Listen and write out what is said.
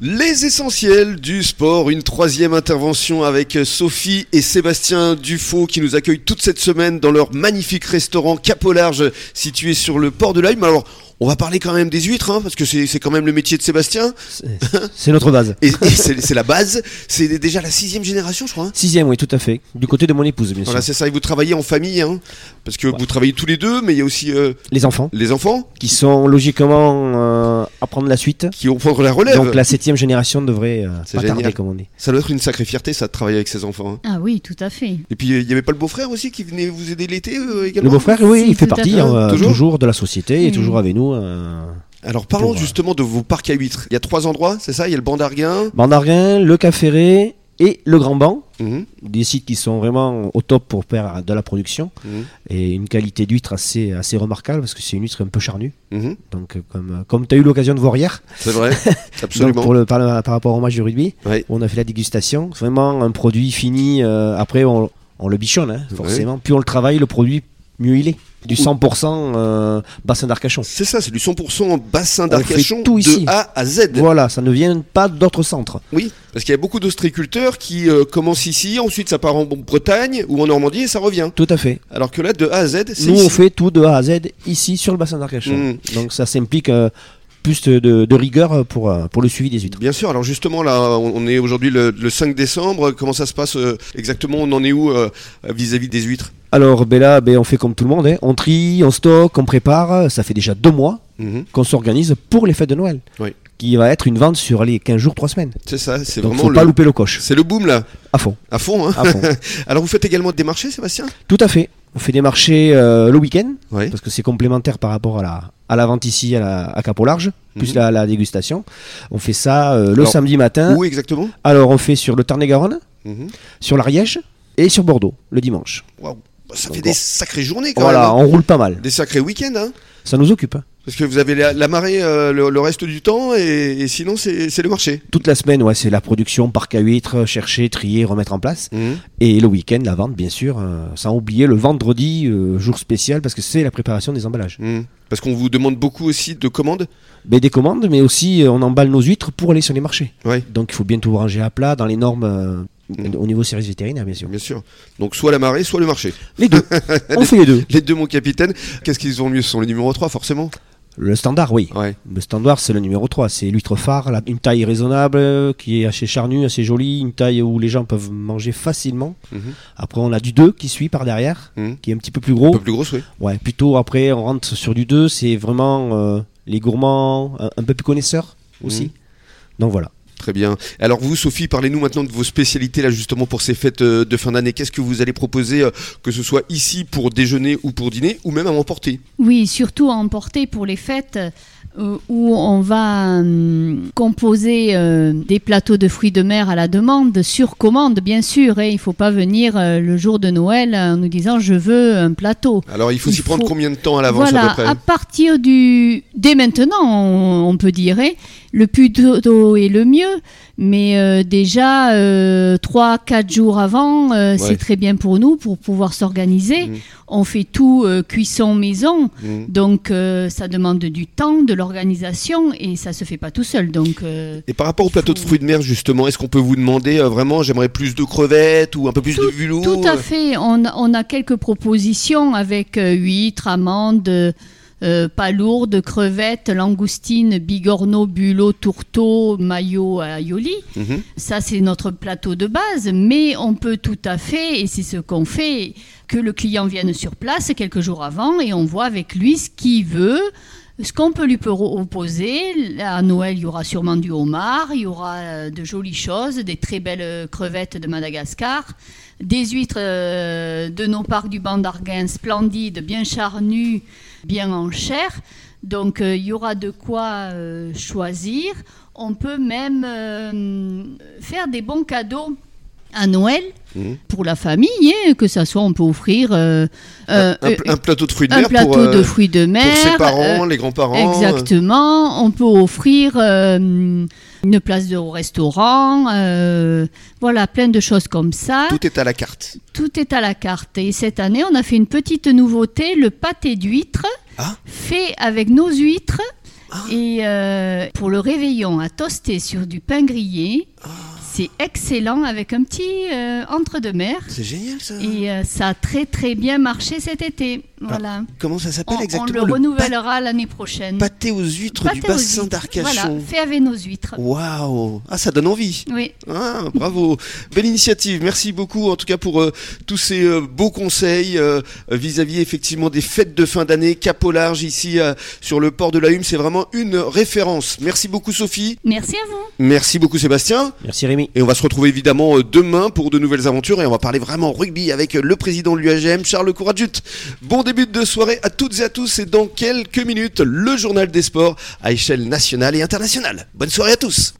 Les essentiels du sport, une troisième intervention avec Sophie et Sébastien Dufaux qui nous accueillent toute cette semaine dans leur magnifique restaurant Cap au Large situé sur le port de l'Aïm. Alors, on va parler quand même des huîtres, hein, parce que c'est c'est quand même le métier de Sébastien. C'est- C'est notre base. Et, et c'est c'est la base, c'est déjà la sixième génération, je crois. hein. Sixième, oui, tout à fait. Du côté de mon épouse, bien Voilà, sûr. c'est ça, et vous travaillez en famille, hein, parce que vous travaillez tous les deux, mais il y a aussi euh, Les enfants, les enfants qui sont logiquement euh, à prendre la suite. qui vont prendre la relève. Donc la septième génération devrait euh, C'est pas génial. tarder, comme on dit. Ça doit être une sacrée fierté, ça, de travailler avec ses enfants. hein. Ah oui, tout à fait. Et puis, euh, il n'y avait pas le beau-frère aussi qui venait vous aider l'été euh, Le également beau-frère, oui, Si, il fait tout à partie fait. hein, euh, Toujours Mmh. toujours. de la société et Mm. toujours avec nous. Euh, Alors parlons Pour, euh, justement de vos parcs à huîtres. Il y a trois endroits, c'est ça Il y a le Bandarguin. Mandarin, le Caféré et le Grand Banc. Mhm. Des sites qui sont vraiment au top pour faire de la production Mhm. et une qualité d'huître assez, assez remarquable parce que c'est une huître un peu charnue. Mhm. Donc, euh, comme, euh, comme tu as eu l'occasion de voir hier, C'est vrai, Donc, absolument. pour le, par, le- par rapport au match du rugby, Ouais. on a fait la dégustation. Vraiment un produit fini. euh, après, on, on le bichonne, hein, forcément. Plus on le travaille, le produit, mieux il est. Du 100% euh, bassin d'Arcachon. C'est ça, c'est du 100% bassin On fait d'Arcachon tout de ici. A à Z. Voilà, ça ne vient pas d'autres centres. Oui, parce qu'il y a beaucoup d'ostriculteurs qui euh, commencent ici, ensuite ça part en Bretagne ou en Normandie et ça revient. Tout à fait. Alors que là, de A à Z, c'est Nous, on ici. fait tout de A à Z ici sur le bassin d'Arcachon. Mm. Donc, ça s'implique euh, plus de, de- de rigueur pour, euh, pour le suivi des huîtres. Bien sûr, alors justement là, on on est aujourd'hui le, le 5 décembre, comment ça se passe euh, exactement On en est où euh, vis-à-vis des huîtres Alors, ben là, ben, on fait comme tout le monde. hein. On trie, on stocke, on prépare. Ça fait déjà deux mois Mhm. qu'on s'organise pour les fêtes de Noël. Oui. Qui va être une vente sur les 15 jours, 3 semaines. C'est ça, c'est Donc vraiment faut pas le... louper le coche. C'est le boom là, À fond, à fond. Hein à fond. alors vous faites également des marchés, Sébastien Tout à fait. On fait des marchés euh, le week-end Oui. parce que c'est complémentaire par rapport à la à la vente ici à, la, à Cap au Large, plus Mhm. la, la dégustation. On fait ça euh, le Alors, samedi matin. Où exactement Alors on fait sur le Tarn-et-Garonne, Mhm. sur l'Ariège et sur Bordeaux le dimanche. Waouh, bah, ça fait Encore. des sacrées journées quand Voilà, même. hein. on roule pas mal. Des sacrés week-ends, hein. Ça nous occupe. hein. Parce que vous avez la, la marée euh, le, le reste du temps et, et sinon c'est c'est le marché. Toute la semaine, ouais, c'est la production, parc à huîtres, chercher, trier, remettre en place. Mhm. Et le week-end, la vente, bien sûr, euh, sans oublier le vendredi, euh, jour spécial, parce que c'est la préparation des emballages. Mhm. Parce qu'on vous demande beaucoup aussi de commandes. Ben, des commandes, mais aussi euh, on emballe nos huîtres pour aller sur les marchés. Oui, Donc il faut bien tout ranger à plat dans les normes euh, Mm. au niveau service vétérinaire, bien sûr. bien sûr. Donc soit la marée, soit le marché. Les deux. on fait les deux. Les deux, mon capitaine, qu'est-ce qu'ils ont de mieux Ce sont les numéros 3, forcément. Le standard, oui. Ouais. Le standard, c'est le numéro 3. C'est l'huître phare, la- une taille raisonnable, euh, qui est assez charnue, assez jolie, une taille où les gens peuvent manger facilement. Mhm. Après, on a du 2 qui suit par derrière, Mhm. qui est un petit peu plus Un gros. peu plus grosse, oui. Ouais, plutôt après, on rentre sur du 2, c'est vraiment euh, les gourmands, un, un peu plus connaisseurs aussi. Mhm. Donc voilà. Très bien. Alors vous, Sophie, parlez-nous maintenant de vos spécialités là justement pour ces fêtes euh, de fin d'année. Qu'est-ce que vous allez proposer, euh, que ce soit ici pour déjeuner ou pour dîner, ou même à emporter Oui, surtout à emporter pour les fêtes euh, où on va hum, composer euh, des plateaux de fruits de mer à la demande, sur commande bien sûr. hein. il ne faut pas venir euh, le jour de Noël en nous disant je veux un plateau. Alors il faut Il s'y prendre faut- combien de temps à l'avance Voilà, à peu près à partir du... Dès maintenant, on, on peut dire, hein, le plus tôt est le mieux, mais euh, déjà 3-4 jours avant, euh, c'est très bien pour nous, pour pouvoir s'organiser. Mhm. On fait tout euh, cuisson maison, Mhm. donc euh, ça demande du temps, de l'organisation, et ça se fait pas tout seul, donc... euh, Et par rapport au plateau de fruits de mer, justement, est-ce qu'on peut vous demander euh, vraiment j'aimerais plus de crevettes ou un peu plus de velours euh. Tout à fait. On, a- on a quelques propositions avec euh, huîtres, amandes, euh, euh, palourdes, crevettes, langoustines, bigorneaux, bulots, tourteaux, maillots, aioli. Mhm. Ça, c'est notre plateau de base, mais on peut tout à fait, et c'est ce qu'on fait, que le client vienne sur place quelques jours avant et on voit avec lui ce qu'il veut, ce qu'on peut lui proposer. À Noël, il y aura sûrement du homard, il y aura euh, de jolies choses, des très belles euh, crevettes de Madagascar, des huîtres euh, de nos parcs du banc d'Arguin splendides, bien charnues, bien en chair. Donc euh, il y aura de quoi euh, choisir. On peut même euh, faire des bons cadeaux à Noël Mhm. pour la famille, hein, que ça soit on peut offrir euh, euh, un, pl- un plateau de fruits de un mer plateau pour, euh, de fruits de mer. pour ses euh, parents, les grands-parents. Exactement. On peut offrir euh, une place de, au restaurant. euh, voilà, plein de choses comme ça. euh, Tout est à la carte. Tout est à la carte. Et cette année, on a fait une petite nouveauté, le pâté d'huîtres, Ah. fait avec nos huîtres Et euh, pour le réveillon, à toaster sur du pain grillé, Ah. c'est excellent avec un petit euh, entre-deux-mer. C'est génial ça. Et euh, ça a très très bien marché cet été. Voilà. Comment ça On, s'appelle on Ah. exactement le renouvellera l'année prochaine. Pâté aux huîtres Pâté du aux bassin huîtres. Voilà, d'Arcachon. fait avec nos huîtres. Waouh Ah, ça donne envie. Oui. Ah, bravo. Belle initiative. Merci beaucoup, en tout cas, pour euh, tous ces euh, beaux conseils euh, vis-à-vis, effectivement, des fêtes de fin d'année. Cap au large, ici, euh, sur le port de la Hume, c'est vraiment une référence. Merci beaucoup, Sophie. Merci à vous. Merci beaucoup, Sébastien. Merci Rémi. Et on va se retrouver, évidemment, euh, demain pour de nouvelles aventures. Et on va parler vraiment rugby avec euh, le président de l'UAGM, Charles Courajut. Bon début de soirée à toutes et à tous. Et dans quelques minutes, le journal des sports à échelle nationale et internationale. Bonne soirée à tous.